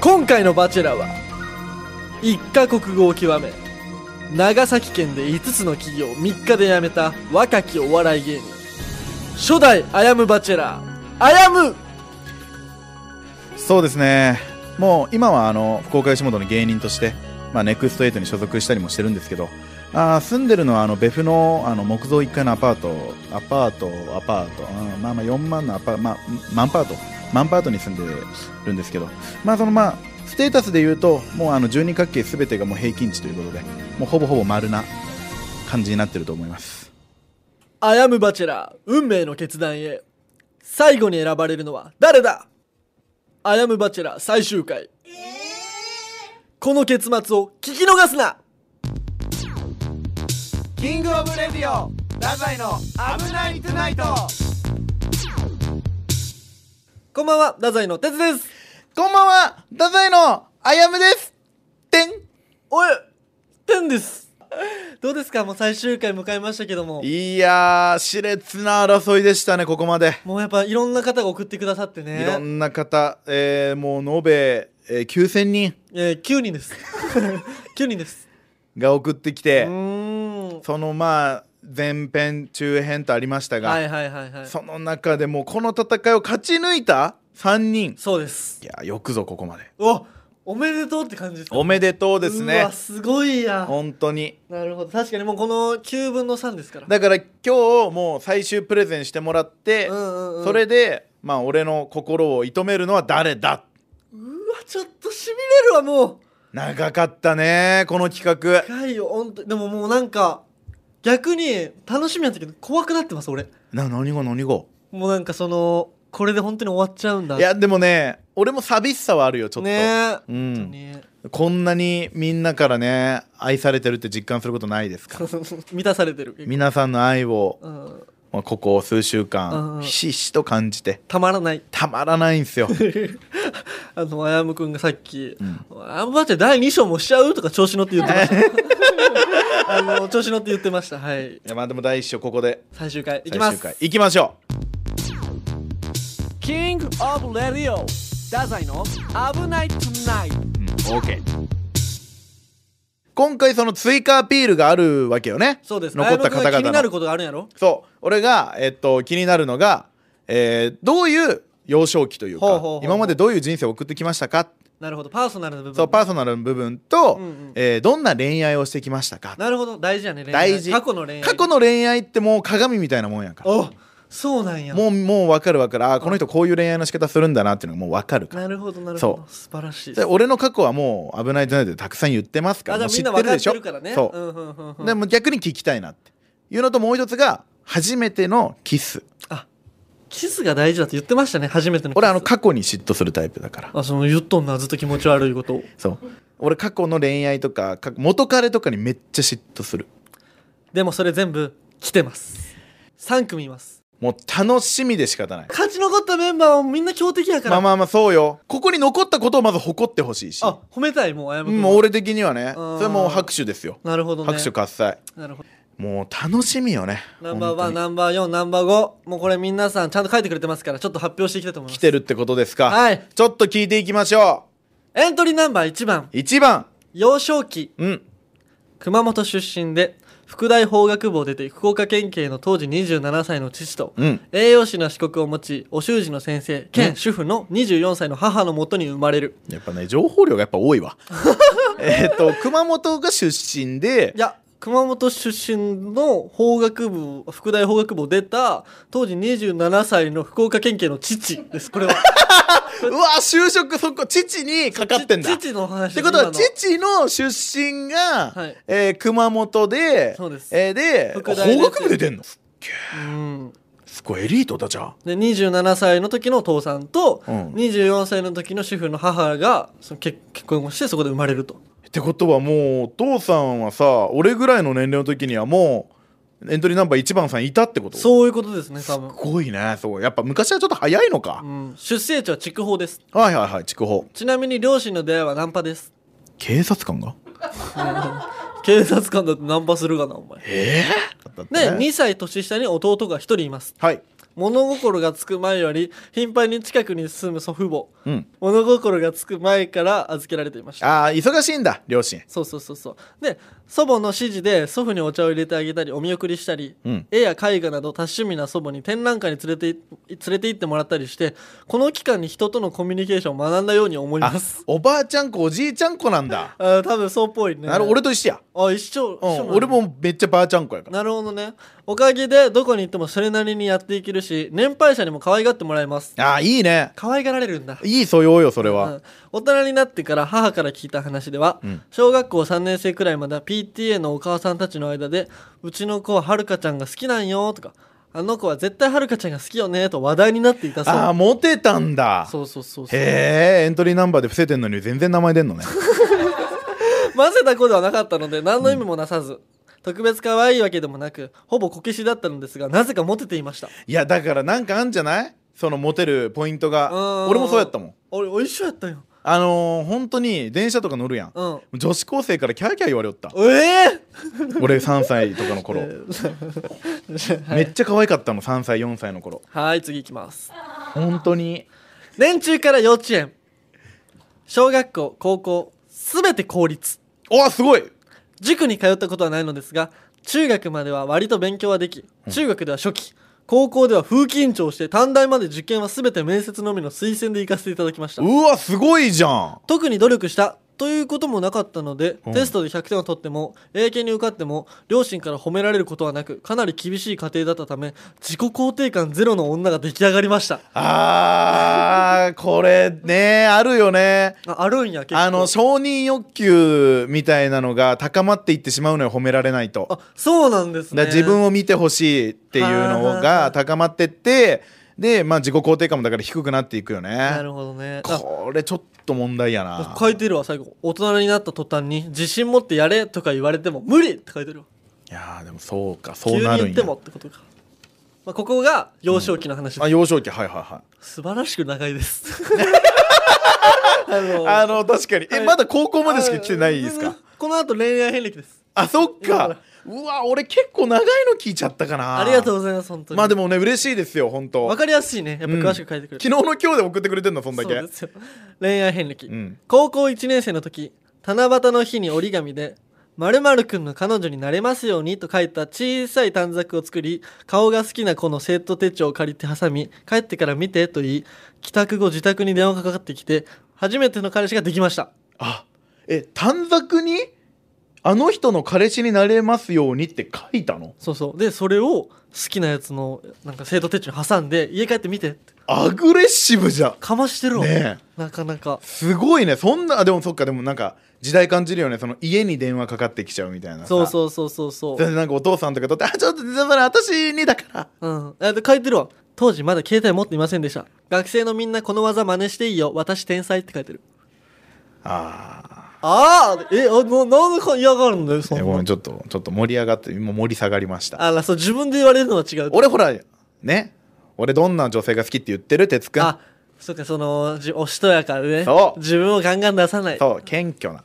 今回のバチェラーは、一カ国語を極め、長崎県で5つの企業を3日で辞めた若きお笑い芸人、初代あやむバチェラー、あやむそうですね。もう今はあの、福岡吉本の芸人として、まあネクストエイトに所属したりもしてるんですけど、あー住んでるのはあの、別府のあの、木造1階のアパート、アパート、アパート、うんまあまあ4万のアパート、まあ、マンパート、マンパートに住んでるんですけど、まあそのまあ、ステータスで言うと、もうあの、12角形すべてがもう平均値ということで、もうほぼほぼ丸な感じになってると思います。あやむバチェラー、運命の決断へ。最後に選ばれるのは誰だあやむバチェラー最終回。この結末を聞き逃すなキングオブレディオダザイの危ないトゥナイトこんばんは、太宰の哲です。こんばんは太宰のあやむですてんおい、てんです。どうですかもう最終回迎えましたけども。いやー、熾烈な争いでしたね、ここまで。もうやっぱいろんな方が送ってくださってね。いろんな方、えーもう延べ、えー9000人えー、9人です。9人です。が送ってきうて、ーん。そのまあ、前編、中編とありましたが、はいはいはいはい。そその中でもうこの戦いを勝ち抜いた3人。うです。いやー、よくぞここまで。おおめでとうって感じですかおめでとうですうねわ、。すごいや。本当に。なるほど。確かにもうこの9分の3ですから。だから今日、もう最終プレゼンしてもらって、うんうんうん。それで、まあ、俺の心を射止めるのは誰だうわ、ちょっとしびれるわ、もう。長かったね、この企画。深いよ、ほんと。でももうなんか、逆に楽しみなんだけど、怖くなってます、俺。な、何が何がもうなんかその、これで本当に終わっちゃうんだ。いやでもね俺も寂しさはあるよちょっと、ねえ。う本当ん、にこんなにみんなからね愛されてるって実感することないですか ら満たされてる。皆さんの愛を、うん。まあ、ここ数週うんうん間ひしひしと感じてたまらない。たまらないん すよあの、あやむくんがさっき、んあんばって第2章もしちゃうとか調子乗って言ってました。あ の、調子乗って言ってました。はい。いやまあでも第一章ここで最終回、いき最ま終す。回いきましょキングオブレディオダザイの危ないトゥナイトう、うん、OK 今回その追加アピールがあるわけよねそうです。残ったあやむくん方が気にな々るのことがあるんやろそう俺が、えっと、気になるのが、えーどういう幼少期というかほうほうほうほう今までどういう人生を送ってきましたかなるほど。パーソナルな部分。そうパーソナルの部分と、うんうんえーどんな恋愛をしてきましたかなるほど。大事やね、恋愛。大事過去の恋愛。過去の恋愛ってもう鏡みたいなもんやからおそうなんや。もうもう分かる分かるあーこの人こういう恋愛の仕方するんだなっていうのがもう分かるからなるほど、なるほそど。素晴らしいで。俺の過去はもう危ないじゃないでたくさん言ってますかあ、らじゃもあうみ知んっな分てるかっでしてるからね。ょそう、んうんうんうんでも逆に聞きたいなっていうのともう一つが初めてのキスキスが大事だって言ってましたね、初めてのキス。俺あの過去に嫉妬するタイプだからあ、その言っとんな、ずっと気持ち悪いことを。そう俺過去の恋愛とか過去元彼とかにめっちゃ嫉妬するでもそれ全部来てます3組いますもう楽しみで仕方ない勝ち残ったメンバーはみんな強敵やからまあまあまあそうよここに残ったことをまず誇ってほしいしあ褒めたいもうあやむもう俺的にはねうんそれもう拍手ですよなるほどね拍手喝采なるほどもう楽しみよねナンバーワ本当ンにナンバー4ナンバー5もうこれ皆さんちゃんと書いてくれてますからちょっと発表していきたいと思いま来すてるってことですかはいちょっと聞いていきましょエントリーナンバー1番う1番幼少期うん熊本出身で副大法学部を出て福岡県警の当時27歳の父と、うん栄養士の資格を持ちお習字の先生う兼ん主婦の24歳の母のもとに生まれるやっぱね情報量がやっぱ多 いわえっと熊本が出身でいや熊本出身の法学部副大法学部を出た当時27歳の福岡県警の父ですこれ はうわ就職そこ父にかかってんだ父の話ってことは今の父の出身が、はいえー熊本でそうですえーで福大です法学部で出んのすっげえうんすごいエリートだじゃんで27歳の時のお父さんと、うん24歳の時の主婦の母がその結結婚をしてそこで生まれるとってことはもうお父さんはさ俺ぐらいの年齢の時にはもうエントリーナンバー1番さんいたってことそういうことですね多分す、ごいねそうやっぱ昔はちょっと早いのかう、ん、出生地は筑豊ですはいはいはい筑豊ちなみに両親の出会いはナンパ です警察官が警察官だとナンパするがなお前ええで2歳年下に弟が1人いますはい物心がつく前より頻繁に近くに住む祖父母うん。物心がつく前から預けられていましたああ、忙しいんだ、両親。そうそうそうそうで祖母の指示で祖父にお茶を入れてあげたりお見送りしたり、うん絵や絵画など多趣味な祖母に展覧会に連れてい連れて行ってもらったりしてこの期間に人とのコミュニケーションを学んだように思いあます、おばあちゃん子、おじいちゃん 子なんだ。あー多分そうっぽいねなる俺と一緒や。あ一緒、う一緒なんん、だ俺もめっちゃばあちゃん子やから。なるほどねおかげでどこに行ってもそれなりにやっていけるし年配者にも可愛がってもらえますああ、いいね。可愛がられるんだいい素養よ、それうは。ん大人になってから母から聞いた話では、うん小学校3年生くらいまでは PTA のお母さんたちの間で「うちの子ははるかちゃんが好きなんよ」とか「あの子は絶対はるかちゃんが好きよね」と話題になっていたそうああ、モテたんだ。そうそうそうそうへえ、エントリーナンバーで伏せてんのに全然名前出ん のね。混ぜた子ではなかったので何の意味もなさず、特別可愛いわけでもなくほぼこけしだったのですがなぜかモテていましたいや、だからなんかあんじゃないそのモテるポイントうが。ん俺もそうやったもん。俺お一緒やったよあのー、本当に電車とか乗るやん。うん女子高生からキャーキャー言われよった。え俺3歳とかのえ頃。ーめっちゃ可愛かったの、3歳、4歳の頃。はい次いきます本当に。年中から幼稚園小学校高校すべて公立おすごい塾に通ったことはないのですが中学までは割と勉強はでき中学では初期、高校では風紀委員長をして短大まで受験は全て面接のみの推薦で行かせていただきましたうわ、すごいじゃん。特に努力したということもなかったので、うんテストで100点を取っても英検に受かっても両親から褒められることはなくかなり厳しい家庭だったため自己肯定感ゼロの女が出来上がりましたあー、これね、あるよね。ああるんや結構あの、承認欲求みたいなのが高まっていってしまうのよ、褒められないと。あそうなんですねだから自分を見てほしいっていうのが高まってってで、まあ、自己肯定感もだから低くなっていくよなねるほどねあこれちょっと問題やな書いてるわ最後大人になった途端に自信持ってやれとか言われても無理って書いてるわいやーでもそうか急そうになる言んってやもってことか、まあ、ここが幼少期の話です、あ幼少期はいはいは素晴らしく長いです あのいあの確かにえはいまだ高校までしか来てないですあかこの後恋愛遍歴ですあそっ今かからうわ俺結構長いの聞いちゃったかなありがとううございます本当にまあでももね嬉しいですよ本当分かりやすいねやっぱ詳しく書いてくれ昨て日、の今日で送ってくれてんのそんだそうけですよ恋愛遍歴、うん高校1年生の時七夕の日に折り紙で「まるくんの彼女になれますように」と書いた小さい短冊を作り顔が好きな子の生徒手帳を借りて挟み帰ってから見てと言い帰宅後自宅に電話がかかってきて初めての彼氏ができましたあえ短冊にあの人の彼氏になれますようにって書いたのそうそうでそれを好きなやつのなんか生徒手帳に挟んで家帰って見てってアグレッシブじゃんかましてるわ、ねえなかなかすごいねそんなあでもそっかでもなんか時代感じるよねその家に電話かかってきちゃうみたいなそううそうそうそうそうなんかお父さんとかとって「あちょっとそれ私にだからうん。あで書いてるわ。当時まだ携帯持っていませんでした。学生のみんなこの技真似していいよ。私天才って書いてる。」あああえ、あななんで嫌がるんだよ、あそえんごめ。なんちょっとちょっと盛り上がって今盛り下がりましたあら、そう、自分で言われるのは違う。俺ほらね俺どんな女性が好きって言ってる哲くんあ、そっか、その、じおしとやかでね。そう自分をガンガン出さない。そう謙虚な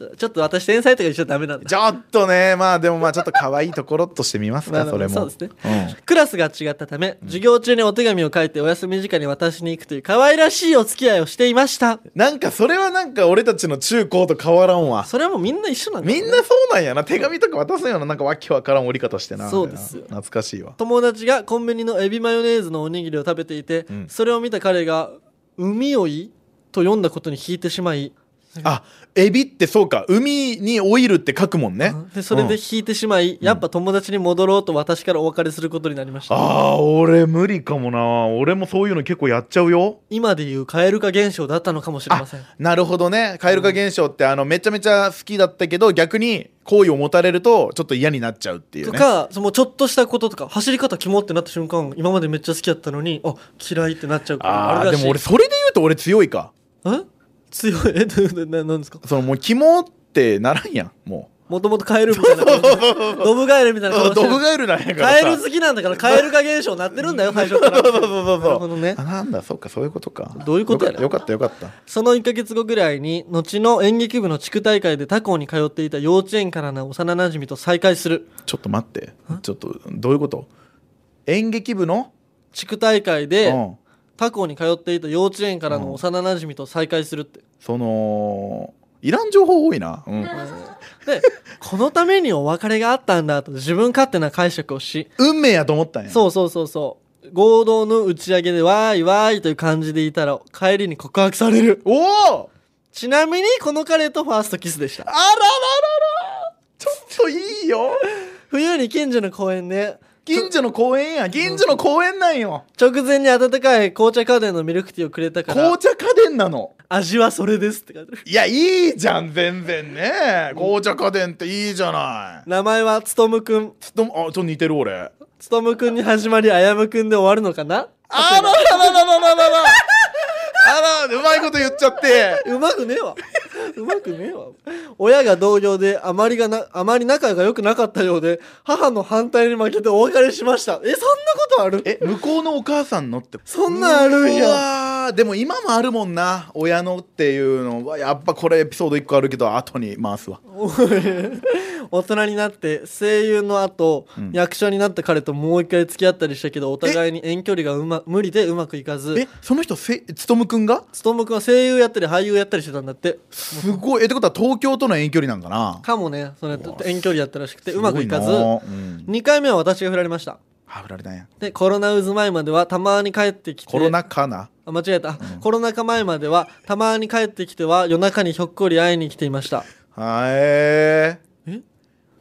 ちょちょっと私天才とか言っちゃダメなんだ。ちょっとねまあでもまあちょっと可愛いところとしてみますまあかまあそれもそうですねうんクラスが違ったため、授業中にお手紙を書いてお休み時間に渡しに行くという可愛らしいお付き合いをしていました。なんかそれはなんか俺たちの中高と変わらんわそれはもうみんな一緒なんだ、みんなそうなんやな手紙とか渡すようななんかわけわからん折り方してなそうですよ懐かしいわ友達がコンビニのエビマヨネーズのおにぎりを食べていて、うんそれを見た彼が「海おい?」と読んだことに引いてしまいあエビってそうか海にオイルって書くもんねでそれでうん引いてしまい、やっぱ友達に戻ろうと私からお別れすることになりましたあー俺無理かもな俺もそういうの結構やっちゃうよ今でいう蛙化現象だったのかもしれませんなるほどね蛙化現象ってあのめちゃめちゃ好きだったけど逆に好意を持たれるとちょっと嫌になっちゃうっていうとねかそのちょっとしたこととか走り方キモってなった瞬間今までめっちゃ好きだったのにあ嫌いってなっちゃうこともああーるでらしいも俺それで言うと俺強いかえ強いえどどななんですかそのもう肝ってならんやんももともとカエルみたいな感じ でドブガエルみたいうな顔してドるブガエルなんやからカさエル好きなんだからカエル化現象なってるんだ よ最初からそうそうそうそうそうなるほどねあなんだそうかそういうことかどういうことやねよかったよかったよかっその1ヶ月後ぐらいに後の演劇部の地区大会で他校に通っていた幼稚園からの幼なじみと再会するたちょっと待ってちょっとどういうこと演劇部の地区大会うでん、他校に通っていた幼稚園からの幼なじみと再会するって、そのいらん情報多いな、うん、で このためにお別れがあったんだと自分勝手な解釈をし運命やと思ったんやうそうそうそうそう合同の打ち上げでわーいわーいという感じでいたら帰りに告白されるおおちなみにこの彼とファーストキスでしたあららららちょっといいよ冬に近所の公園で近所の公園や近所の公園なんよ直前に温かい紅茶家電のミルクティーをくれたから紅茶家電なの味はそれですって書いてあるいやいいじゃん全然ね紅茶家電っていいじゃない名前はつとむくんちょっとあちょっと似てる俺つとむくんに始まりあやむくんで終わるのかなあららららららららあらうまいこと言っちゃってうまくねえわうまくねえわ親が同僚であまりがなあまり仲が良くなかったようで母の反対に負けてお別れしましたえそんなことあるえ向こうのお母さんのってそんなんあるんやうわーでも今もあるもんな親のっていうのはやっぱこれエピソード1個あるけど後に回すわ大人になって声優の後、ん役者になった彼ともう一回付き合ったりしたけどお互いに遠距離がう、ま、無理でうまくいかずえその人せつとむくんが勉君は声優やったり俳優やったりしてたんだってすごいえってことは東京との遠距離なんかなかもねそれうわ遠距離やったらしくてうまくいかずすごいなうん2回目は私が振られましたあ振られたんやでコロナ渦前まではたまに帰ってきてコロナかなあ間違えた、コロナ禍前まではたまに帰ってきては夜中にひょっこり会いに来ていましたはえ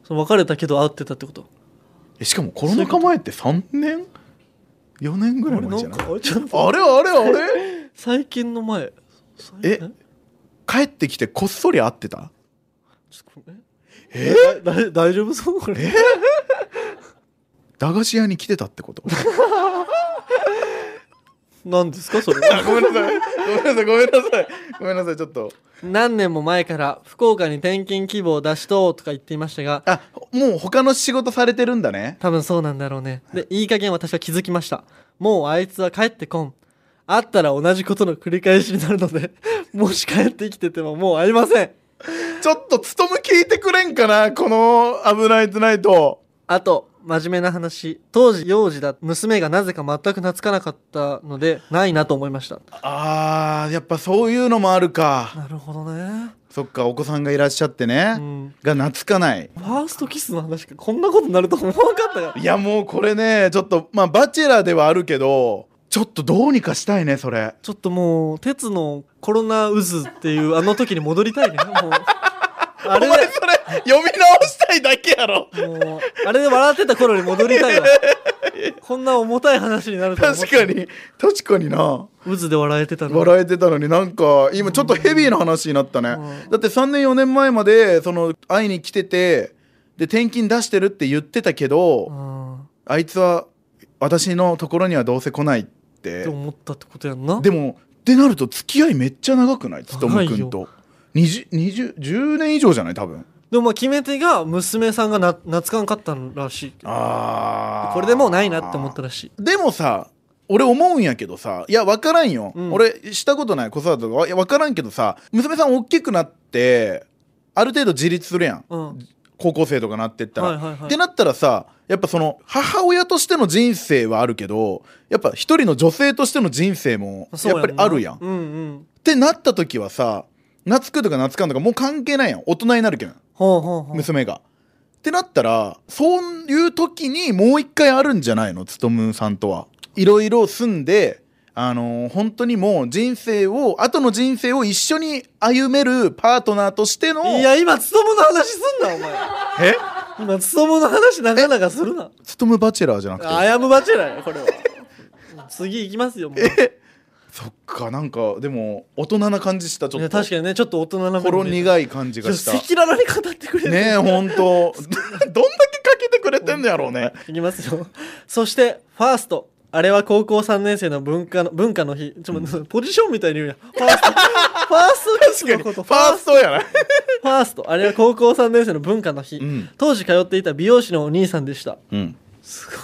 その別れたけど会ってたってことえしかもコロナ禍前って3年4年ぐらい前じゃないあれちょっとあれあれあれ最近の前え帰ってきてこっそり会ってたちょっとええだだ大丈夫そうこれ駄菓子屋に来てたって こと何ですかそれはごめんなさいごめんなさいごめんなさいごめんなさいちょっと何年も前から福岡に転勤希望を出しとうとか言っていましたがあもう他の仕事されてるんだね多分そうなんだろうねでいい加減私は気づきましたもうあいつは帰ってこん会ったら同じことの繰り返しになるので もし帰ってきててももう会いませんちょっと勤め聞いてくれんかなこの「危ないトゥナイトあと真面目な話当時幼児だ娘がなぜか全く懐かなかったのでないなと思いました」あーやっぱそういうのもあるかなるほどねそっかお子さんがいらっしゃってね、うんが懐かないファーストキスの話がこんなことになると思わなかったからいやもうこれねちょっとまあバチェラーではあるけどちょっとどうにかしたいねそれちょっともう鉄のコロナ渦っていうあの時に戻りたいね もうあおれ前でそれ読み直したいだけやろもうあれで笑ってた頃に戻りたいわこんな重たい話になるとは思っ確かに確かにな渦で笑えてたの笑えてたのになんか今ちょっとヘビーな話になったね、うんだって3年4年前までその会いに来ててで転勤出してるって言ってたけど、うんっあいつは私のところにはどうせ来ないってて思ったってことやんなでもってなると付き合いめっちゃ長くないつと長むいよくんと20 20 10年以上じゃない多分でもまあ決め手が娘さんがな懐かんかったらしいあこれでもうないなって思ったらしいでもさ俺思うんやけどさいや分からんよ、うん俺したことない子育てとかいや分からんけどさ娘さん大きくなってある程度自立するやんうん高校生とかなってったら、はいはいはいってなったらさやっぱその母親としての人生はあるけどやっぱ一人の女性としての人生もそうやんっなぱりあるやんうんうんってなった時はさ夏くんとか夏かんとかもう関係ないやん大人になるけどほうほうほう娘が。ってなったらそういう時にもう一回あるんじゃないのつとむさんとは。いろいろ住んであのー本当にもう人生を後の人生を一緒に歩めるパートナーとしてのいや今つともの話すんなお前え今つともの話なかなかするなつとむバチェラーじゃなくてあやむバチェラーよこれは次行きますよもうそっかなんかでも大人な感じしたちょいっやと確かにねちょっと大人な心い苦い感じ赤がした裸々に語ってくれるねえ本 当どんだけかけてくれてんのやろうねいきますよ。そして、ファースト。あれは高校3年生の文化の文化の日。ちょっと、ポジションみたいに言うやん。ファースト。ファーストキスのこと。ファーストやなファースト。あれは高校3年生の文化の日。ん当時通っていた美容師のお兄さんでした。うんすごい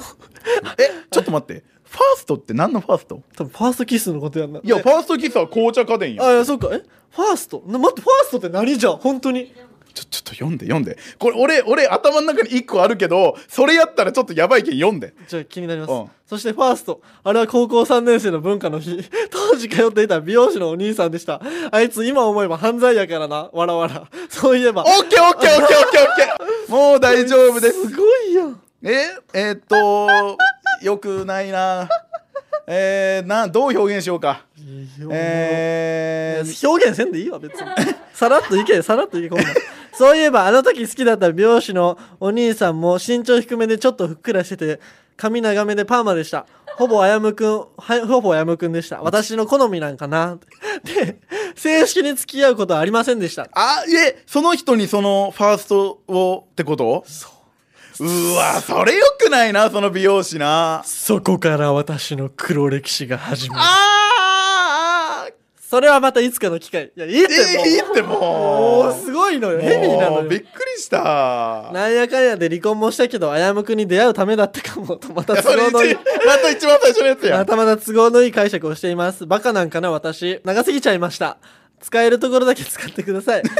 えちょっと待ってファーストって何のファースト多分ファーストキスのことやんな。いやねファーストキスは紅茶家電やあ、いや、そっか。えファーストな待って、ファーストって何じゃん本当に。ちょちょっと読んで読んでこれ俺俺頭の中に1個あるけどそれやったらちょっとやばいけん読んでじゃあ気になります、うんそしてファーストあれは高校3年生の文化の日当時通っていた美容師のお兄さんでしたあいつ今思えば犯罪やからなわらわらそういえばオッケーオッケーオッケーオッケーオッケー もう大丈夫ですすごいやんええーっとよくないなえー、などう表現しようかえー、表現せんでいいわ別に さらっといけさらっといけこんなんそういえばあの時好きだった美容師のお兄さんも身長低めでちょっとふっくらしてて髪長めでパーマでしたほぼあやむくん はいほぼあやむくんでした私の好みなんかな で正式に付き合うことはありませんでしたあえその人にそのファーストをってことそううわそれよくないなその美容師なそこから私の黒歴史が始まるあーあーそれはまたいつかの機会いやいいってもうえいいってもうもうすごいのよヘビーなものうよびっくりしたなんやかんやで離婚もしたけど、あやむくんに出会うためだったかもと、 またいや都それ合一のいい。また一番最初のやつやまたまた都合のいい解釈をしています。バカなんかな、私。長すぎちゃいました。使えるところだけ使ってください。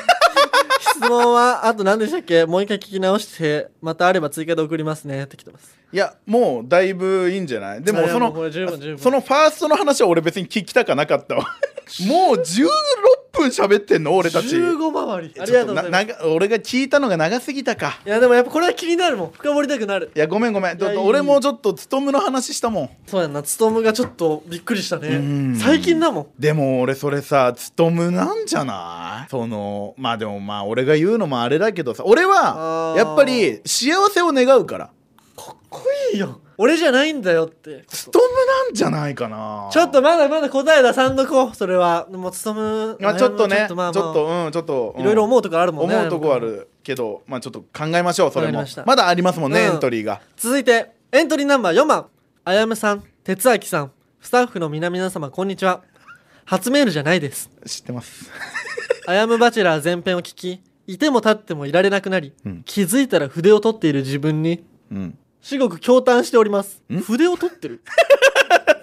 質問は、あと何でしたっけもう一回聞き直して、またあれば追加で送りますね。ってきてます。いやもうだいぶいいんじゃないでいもやそもうこれ十分十の分そのファーストの話は俺別に聞きたかなか ったわもう16分喋ってんの俺たち15回り。ありがとうございます。ちょっとな長俺が聞いたのが長すぎたかいや、でもやっぱこれは気になるもん。深掘りたくなる。いやごめんごめんちょっいやといい俺もちょっと勤の話したもんそうやんな、つとむがちょっとびっくりしたねん。最近だもん。でも俺それさ勤なんじゃないそのまあでもまあ俺が言うのもあれだけどさ俺あはーやっぱり幸せを願うからかっこいいよ。俺じゃないんだよって。勤なんじゃないかなちょっとまだまだ答え出さんとこうそれはもう務むまあちょっとねちょっとまあまあうんちょっと、いろいろ思ううとこあるんもんね思うとこあるけどまあちょっと考えましょうそわれかりもましただありますもんね、うんエントリーが続いてエントリーナンバー4番あやむさん哲明さんスタッフの皆々様こんにちは初メールじゃないです知ってます「あやむバチェラー」全編を聞きいても立ってもいられなくなり、うん気づいたら筆を取っている自分にうん至極驚嘆しております筆を取って る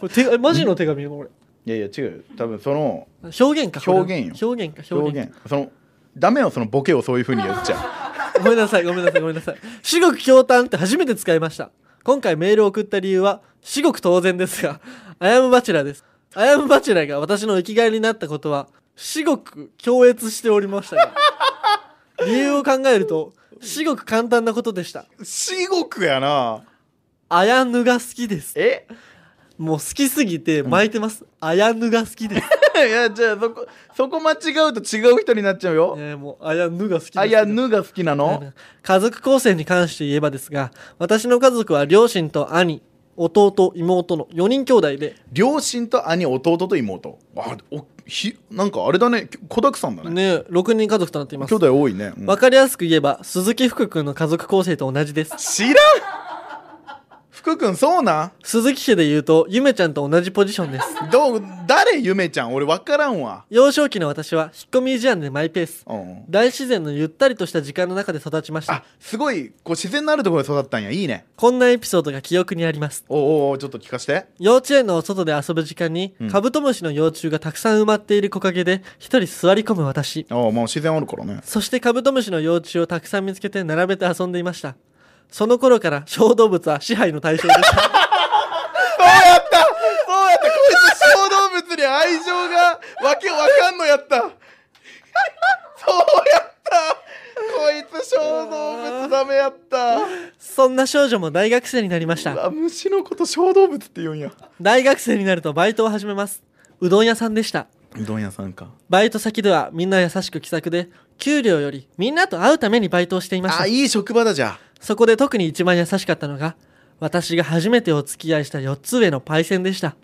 これ手えマジの手紙これいやいや違うよ多分その表現かこれ表現表現か表現か表現そのダメよそのボケをそういうふうに言っちゃごめんなさい、ごめんなさい、ごめんなさい。至極驚嘆って初めて使いました。今回メールを送った理由は、至極当然ですが、アヤムバチェラーです。アヤムバチェラーが私の生きがいになったことは、至極強越しておりましたが、理由を考えると、至極簡単なことでした。う至極やなアヤヌが好きです。えもう好きすぎて巻いてます。アヤヌが好きです。 いやじゃあそこそこ間違うと違う人になっちゃうよ、ねえもうアヤヌが好きです。あやぬが好きなの家族構成に関して言えばですが私の家族は両親と兄弟妹の4人兄弟で両親と兄弟と妹あおひなんかあれだね子だくさんだねね6人家族となっていま兄す弟多いね、うんわかりやすく言えば鈴木福君の家族構成と同じです知らん福君そうなん鈴木家で言うとゆめちゃんと同じポジションですどう誰ゆめちゃん俺分からんわ幼少期の私は引っ込み思案でマイペースうん大自然のゆったりとした時間の中で育ちましたあすごいこう自然のあるところで育ったんやいいねこんなエピソードが記憶にありますおうおうおうちょっと聞かして幼稚園の外で遊ぶ時間に、うんカブトムシの幼虫がたくさん埋まっている木陰で一人座り込む私ああもう自然あるからねそしてカブトムシの幼虫をたくさん見つけて並べて遊んでいました。その頃から小動物は支配の対象でした。 そうやったそうやったこいつ小動物に愛情がわけわかんのやったそうやったこいつ小動物ダメやったそんな少女も大学生になりましうた。わ虫のこと小動物って言うんや大学生になるとバイトを始めます。うどん屋さんでした。うどん屋さんかバイト先ではみんな優しく気さくで、給料よりみんなと会うためにバイトをしていましあた。いい職場だじゃそこで特に一番優しかったのが、私が初めてお付き合いした4つ上のパイセンでした。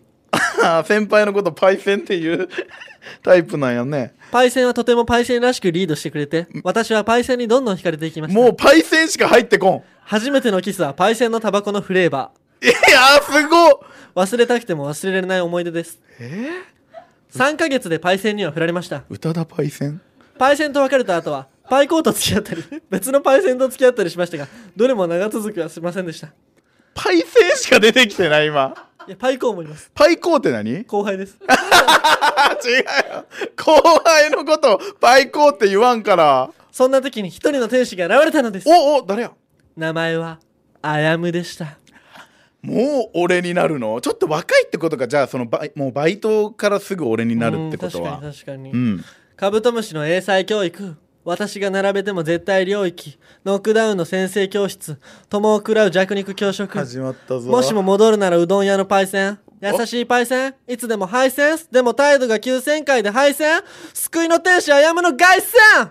あ先輩のことパイセンっていう タイプなんやねパイセンはとてもパイセンらしくリードしてくれて、私はパイセンにどんどん惹かれていきました。もうパイセンしか入ってこん初めてのキスはパイセンのタバコのフレーバー。いやすごっ忘れたくても忘れられない思い出ですえ3ヶ月でパイセンには振られました宇多田パイセンパイセンと別れた後はパイコーと付き合ったり 別のパイセンと付き合ったりしましたがどれも長続きはしませんでしたパイセンしか出てきてない今いやパイコーもいますパイコーって何後輩ですあ違うよ後輩のことパイコーって言わんからそんな時に一人の天使が現れたのですおお誰や名前はアヤムでしたもう俺になるのちょっと若いってことかじゃあそのバイもうバイトからすぐ俺になるってことうはん確かに確うかに、んカブトムシの英才教育私が並べても絶対領域ノックダウンの先生教室友を食らう弱肉強食まったぞもしも戻るならうどん屋のパイセン優しいパイセンいつでも敗戦でも態度が急旋回で敗戦救いの天使あやむの凱旋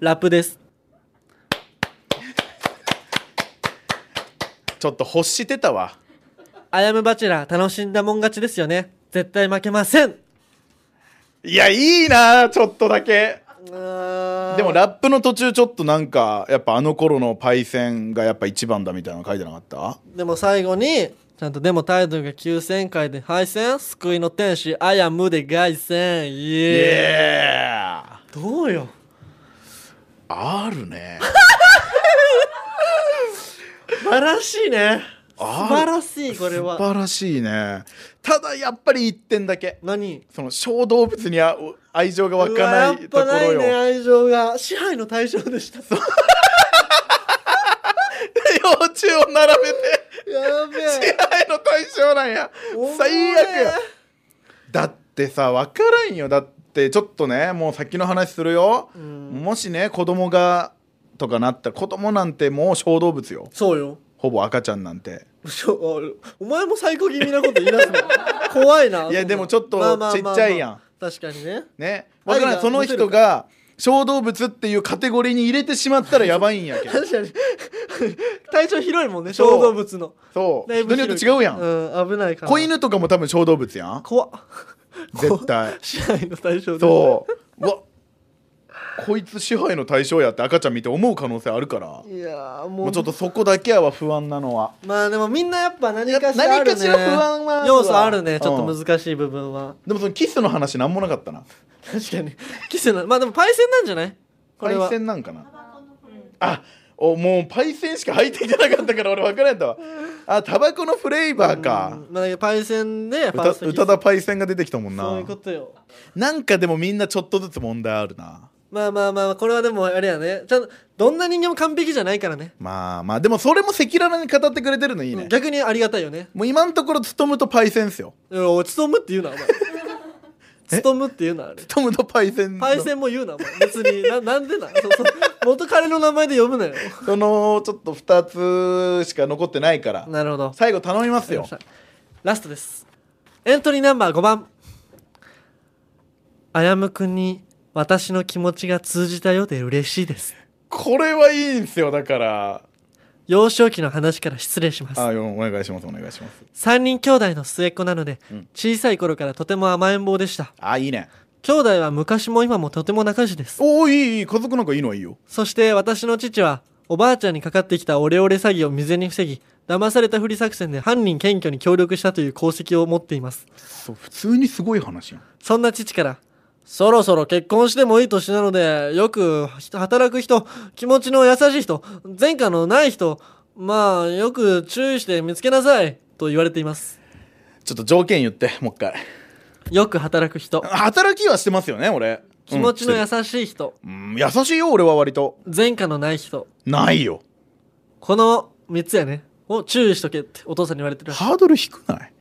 ラップですちょっと欲してたわあやむバチェラー楽しんだもん勝ちですよね絶対負けませんいやいいなちょっとだけでもでもラップの途中ちょっとなんかやっぱあの頃のパイセンがやっぱ一番だみたいなの書いてなかったでも最後にちゃんとでも態度が急旋回で敗戦救いの天使あやむで凱旋イエイーイエーどうよあるね素晴らしいね素あ晴らしいこれ素は晴らしいねただやっぱり一点だけ何その小動物にあお愛情が湧かないうとわこやっぱないろよ、ね愛情が支配の対象でしたや幼虫を並べてべ支え配の対象なんや重い 最悪やだってさ分からんよだってちょっとねもう先の話するよ、もしね子供がとかなったら子供なんてもう小動物よそうよほぼ赤ちゃんなんてしょあお前も最高気味なこと言い出すの 怖いないいやでもちょっとちっちゃいやん確かにねね分から愛んがその持てる人が小動物っていうカテゴリーに入れてしまったらやばいんや けど確かに体調広いもんねそう小動物のそうだい人ぶに広よいって違うやん、うん、危ないから子犬とかも多分小動物やん怖っ 絶対支配の対象でそううわこいつ支配の対象やって赤ちゃん見て思う可能性あるからいやーもうもうちょっとそこだけやわ不安なのはまあでもみんなやっぱ何かしらある、ね、何かしら不安はあるわ要素あるねちょっと難しい部分は、でもそのキスの話なんもなかったな確かにキスのまあでもパイセンなんじゃないこパれイはセンなんかなあおもうパイセンしか入ってきてなかったから俺分からんやったわあタバコのフレーバーうかんまあ、パイセンでファ歌ーストキス歌田パイセンが出てきたもんなそういうことよなんかでもみんなちょっとずつ問題あるなまあまあまあこれはでもあれやねちゃんとどんな人間も完璧じゃないからねまあまあでもそれも赤裸々に語ってくれてるのいいね、逆にありがたいよねもう今のところ勤むとパイセンっすよいやおい勤むって言うなお 前勤むって言うなあれ勤むとパイセンのパイセンも言うなお前別にななんでなそそ元彼の名前で呼ぶなよそのちょっと2つしか残ってないからなるほど最後頼みますよラストですエントリーナンバー5番あやむくんに私の気持ちが通じたようで嬉しいですこれはいいんすよだから幼少期の話から失礼しますあよお願いしますお願いします3人兄弟の末っ子なので、ん小さい頃からとても甘えん坊でしたあいいね兄弟は昔も今もとても仲良しですおおいいいい家族なんかいいのはいいよそして私の父はおばあちゃんにかかってきたオレオレ詐欺を未然に防ぎ騙されたふり作戦で犯人検挙に協力したという功績を持っていますそう普通にすごい話やんそんな父から、そろそろ結婚してもいい年なので、よく働く人、気持ちの優しい人、前科のない人、まあ、よく注意して見つけなさい、と言われています。ちょっと条件言ってもう一回よく働く人、働きはしてますよね俺気持ちのうん優してしい人、るうん優しいよ俺は割と前科のない人、ないよこの3つやね、を注意しとけってお父さんに言われてるらしい。ハードル低く ない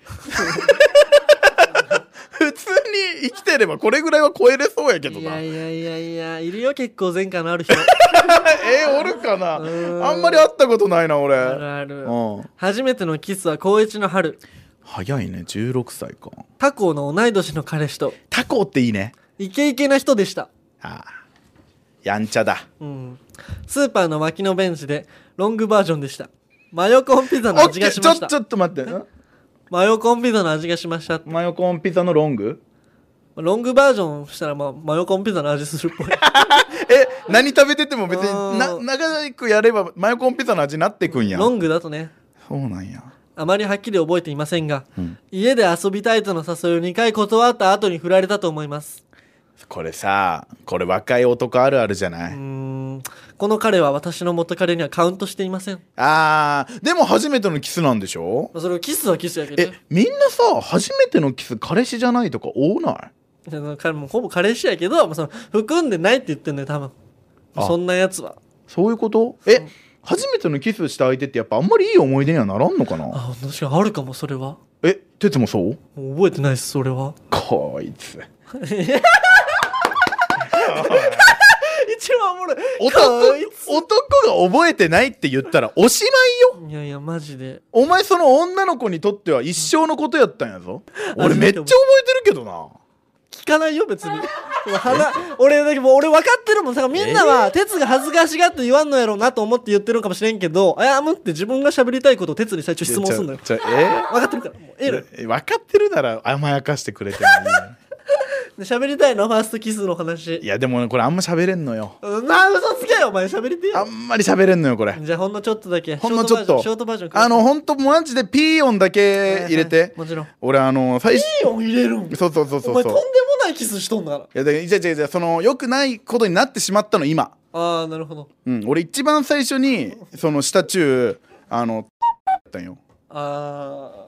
普通に生きてればこれぐらいは超えれそうやけどいなやいやいやいや、いるよ、結構前科のある人。 えーおるかなーんあんまり会ったことないな俺あるある。うん初めてのキスは高一の春、早いね16歳か他校の同い年の彼氏と、他校っていいねイケイケな人でした。ああやんちゃだうん、スーパーの脇のベンチでロングバージョンでしたマヨコーンピザの味がしましオッケーちたょちょっと待ってんマヨコーンピザの味がしましたマヨコーンピザのロングロングバージョンしたら、まあ、マヨコーンピザの味するっぽいえ何食べてても別うーにんな長くやればマヨコーンピザの味になってくんやロングだとねそうなんやあまりはっきり覚えていませんが、ん家で遊びたいとの誘いを2回断った後に振られたと思いますこれさこれ若い男あるあるじゃなうい、ーんこの彼は私の元彼にはカウントしていませんあーでも初めてのキスなんでしょまあそれをキスはキスやけどえねみんなさ初めてのキス彼氏じゃないとか多ないでその彼もほぼ彼氏やけど、まあ、その含んでないって言ってんのよ多分あそんなやつはそういうことえ初めてのキスした相手ってやっぱあんまりいい思い出にはならんのかなあ確かにあるかもそれはえてつもそうもう覚えてないですそれはこいつ一番おもろい男こいつ男が覚えてないって言ったらおしま いよいやいやマジでお前その女の子にとっては一生のことやったんやぞうん俺めっちゃ覚えてるけどな聞かないよ別 にその話俺だけもう俺分かってるもんだからみんなは哲が恥ずかしがって言わんのやろうなと思って言ってるのかもしれんけどあやむって自分が喋りたいことを哲に最初質問すんのよちょちょえ分かってるからもう えるえ分かってるなら甘やかしてくれてもで喋りたいのファーストキスの話いいいやでもねこれあんま喋れんのようんまあ嘘つけよお前喋りてあよんまり喋れんのよこれじゃあほんのちょっとだけほんのちょっとショートバージョンショートバージョンくださいあのほんとマジでピー音だけ入はれいはていもちろん俺あの最初ピー音入れるんそうそうそうおそう前とそんでもうないキスしとんだからいやだからいやいやいやその良くないことになってしまったの今ああなるほどうん俺一番最初にそのした中あのだったんよあ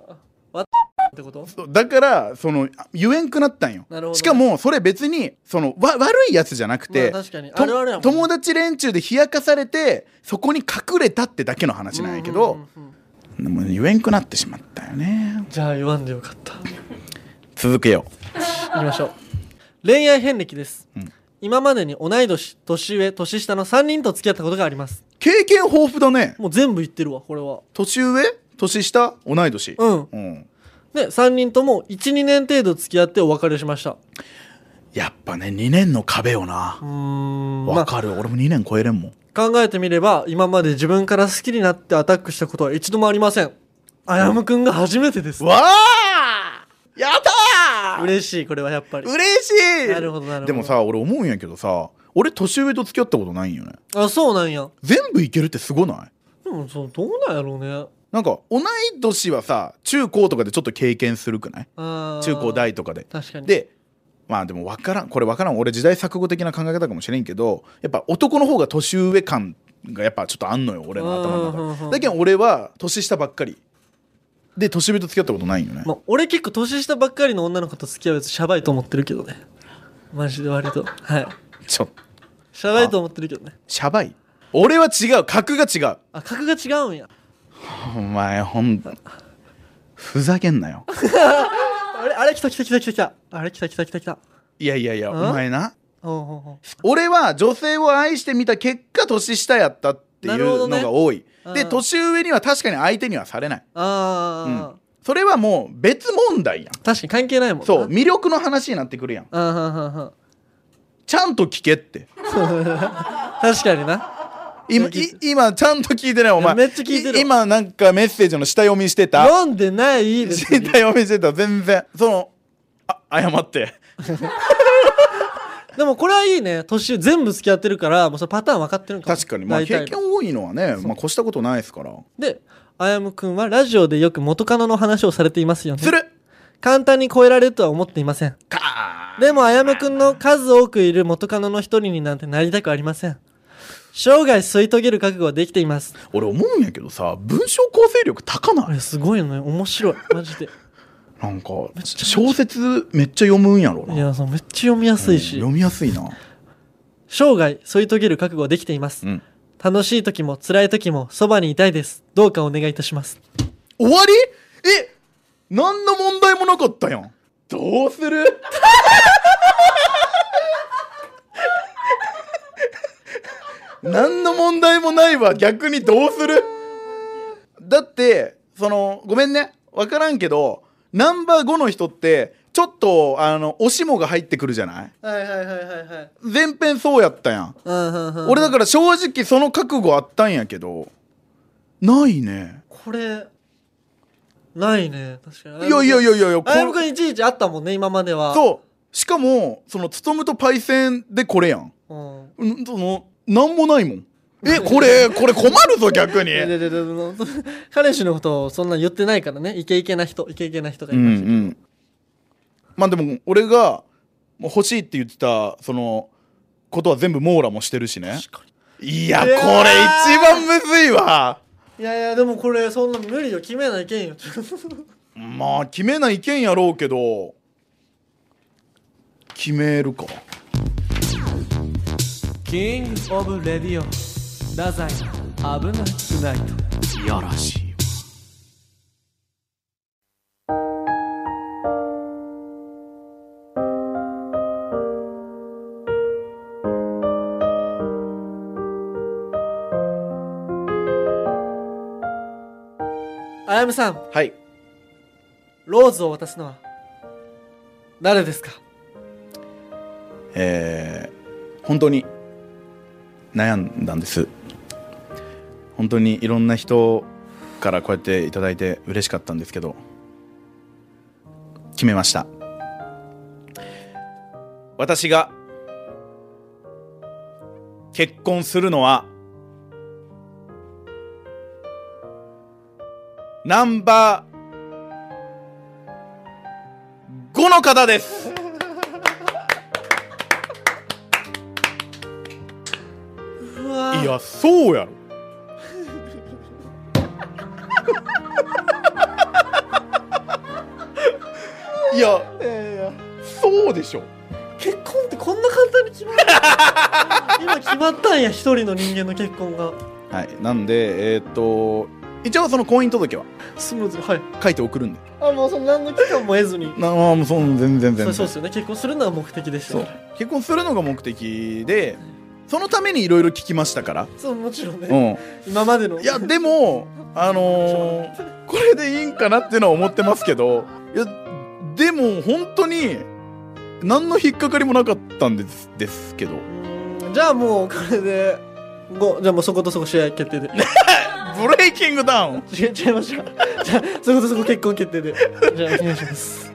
あわっってことそうだからその言えんくなったんよなるほどしかもそれ別にそのわ悪いやつじゃなくて、まあ確かにとあるあるやもん友達連中で冷やかされてそこに隠れたってだけの話なんやけど、うんうんうんもう言えんくなってしまったよねじゃあ言わんでよかった続けよ行きましょう恋愛遍歴です、うん今までに同い年年上年下の3人と付き合ったことがありますう経験豊富だねもう全部言ってるわこれは年上年下同い年うんうんで3人とも12年程度付き合ってお別れしましたやっぱね2年の壁ようなーんまわあかる、俺も2年超えれんもん考えてみれば今まで自分から好きになってアタックしたことは一度もありませんあやむくんが初めてですわあやった嬉しいこれはやっぱり嬉しいなるほどなるほどでもさ俺思うんやけどさ俺年上と付き合ったことないんよねあそうなんや全部いけるってすごないでもそうどうなんやろうねなんか同い年はさ中高とかでちょっと経験するくないあー中高大とかで確かにでまあでも分からんこれ分からん俺時代錯誤的な考え方かもしれんけどやっぱ男の方が年上感がやっぱちょっとあんのよ俺の頭うんうのんうんう中んでだけど俺は年下ばっかりで年上と付き合ったことないんよねまあ、俺結構年下ばっかりの女の子と付き合うやつシャバいと思ってるけどねマジで割とはいちょシャバいと思ってるけどねシャバい俺は違う格が違うあ格が違うんやお前ほんふざけんなよあれあれ来た来た来た来た来たあれ来た来た来た来たいやいやいやんお前なおうおうおう俺は女性を愛してみた結果年下やったっていなるほうどねのが多うい、んで年上には確かに相手にはされないあー、それはもう別問題や確んかに関係ないもんなそう魅力の話になってくるやんあーはんはんはんちゃんと聞けって確かにな今い今ちゃんと聞いてないお前いやめっちゃ聞いてるわ今なんかメッセージの下読みしてた読んで ないです下読みしてた全然そのあ謝ってでもこれはいいね年上全部付き合ってるからもうそのパターン分かってるんかも確かにまあ大体経の験多いのはねまあ越したことないですからであやむくんはラジオでよく元カノの話をされていますよねする簡単に超えられるとは思っていませんかでもあやむくんの数多くいる元カノの一人になんてなりたくありません生涯吸い遂げる覚悟はできています俺思うんやけどさ文章構成力高あないれすごいよね面 白いマジでなんかちゃ小説めっちゃ読むんやろないやそうめっちゃ読みやすいし、うん読みやすいな生涯吸い遂げる覚悟はできています、うん楽しい時も辛い時もそばにいたいですどうかお願いいたします終わりえ何の問題もなかったやんどうする何の問題もないわ逆にどうするだってそのごめんね分からんけどナンバー5の人ってちょっとあのおしもが入ってくるじゃないはいはいはいはいはい前編そうやったやんうんうんうん俺だから正直その覚悟あったんやけどないねこれないね確かにいやいやいややいやいやこあやむくんいちいちあったもんね今まではそうしかもその勤とパイセンでこれやんう、うん、んそのなんもないもんえこれこれ困るぞ逆にいやいやいやいや彼氏のことをそんな言ってないからねイケイケな人イケイケな人がういんうました、んまあでも俺がもう欲しいって言ってたそのことは全部網羅もしてるしね確かにいやいやーこれ一番むずいわいやいやでもこれそんな無理よ決めないけんよまあ決めないけんやろうけど決めるかキングオブレディオ太宰の危なくないとよろしいあやむさんはいローズを渡すのは誰ですかえー本当に悩んだんです本当にいろんな人からこうやっていただいて嬉しかったんですけど決めました私が結婚するのはナンバー5の方ですうわいやそう やろいやそうでしょ結婚ってこんな簡単に決まる 今決まったんや一人の人間の結婚がはいなんでえーっと一応その婚姻届はスムーズにはい書いて送るんであもうその何の期間も得ずになあもうそん全然全そう然そうですよね結婚するのが目的でしたそうか結婚するのが目的でそのためにいろいろ聞きましたかららそうもちろんね、うん今までの いやでもあのーこれでいいんかなっていうのは思ってますけどいやでも本当に何の引っかかりもなかったんですですけどうーんじゃあもうこれでごじゃあもうそことそこ試合決定で ブレイキングダウン違う違いました じゃあそことそこ結婚決定でじゃあお願いします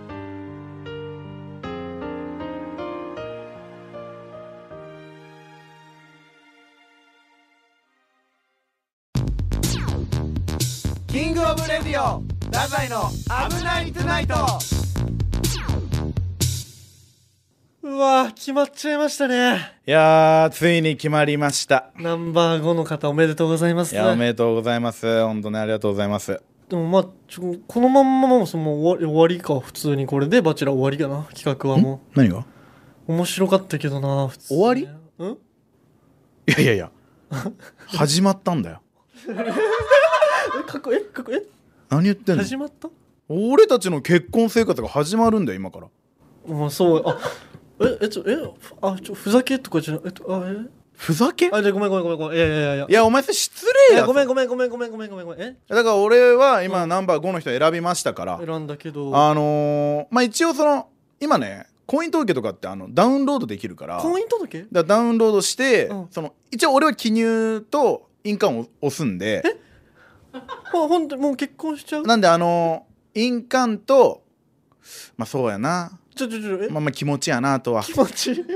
キングオブレディオ太宰の危ないトゥナイト うわー決まっちゃいましたねいやーついに決まりましたナンバー5の方おめでとうございますいやおめでとうございます本当にありがとうございますでもまあちょこのまんまもうその終わ終わりか普通にこれでバチェラー終わりかな企画はも何がう面白かったけどな普通に終わりうんいや いやいや始まったんだよえかっこえかっこえ何言ってんの始まった俺たちの結婚生活が始まるんだよ今からもうそうあええちょえあちょふざけとかじゃなえっとあえふざけあじゃあごめんごめんごめんごめんいやいやいやいやいやお前それ失い礼やだごめんぞごめんごめんごめんごめんごめんごめんえだから俺は今ナンバー5の人選びましたから選んだけどあのーまあ一応その今ね婚姻届とかってあのダウンロードできるから婚姻届だダウンロードして、うんその一応俺は記入と印鑑を押すんでほほんともう結婚しちゃうなんであのー印鑑とまあそうやなちょちょちょえまあまあ気持ちやなあとは気持ちいい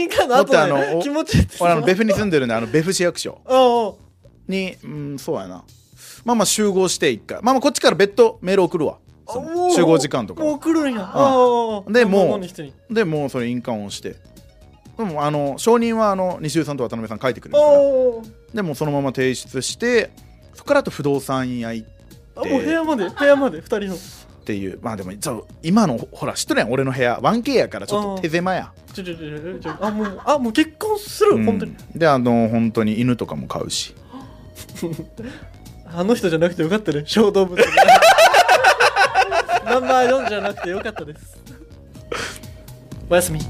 印鑑の後だだってあのよお気持ちいいって俺あの別フ府に住んでるんであの別府市役所ああにうんそうやなまあまあ集合して一回まあまあこっちから別途メール送るわその集合時間とかもう来るんやああでもうにしてにでもうそれ印鑑を押してでもあの承認はあの西尾さんと渡辺さん書いてくれるああからもでもうそのまま提出してそこからあと不動産屋行っう部屋まで部屋まで二人のていうまあでもちょっと今のほら知っとるやん俺の部屋 1K やからちょっと手狭や、ちょちょちょちょちょあもうあもう結婚する、うん本当にであの本当に犬とかも飼うしあの人じゃなくてよかったね小動物ナンバー4じゃなくてよかったですおやすみ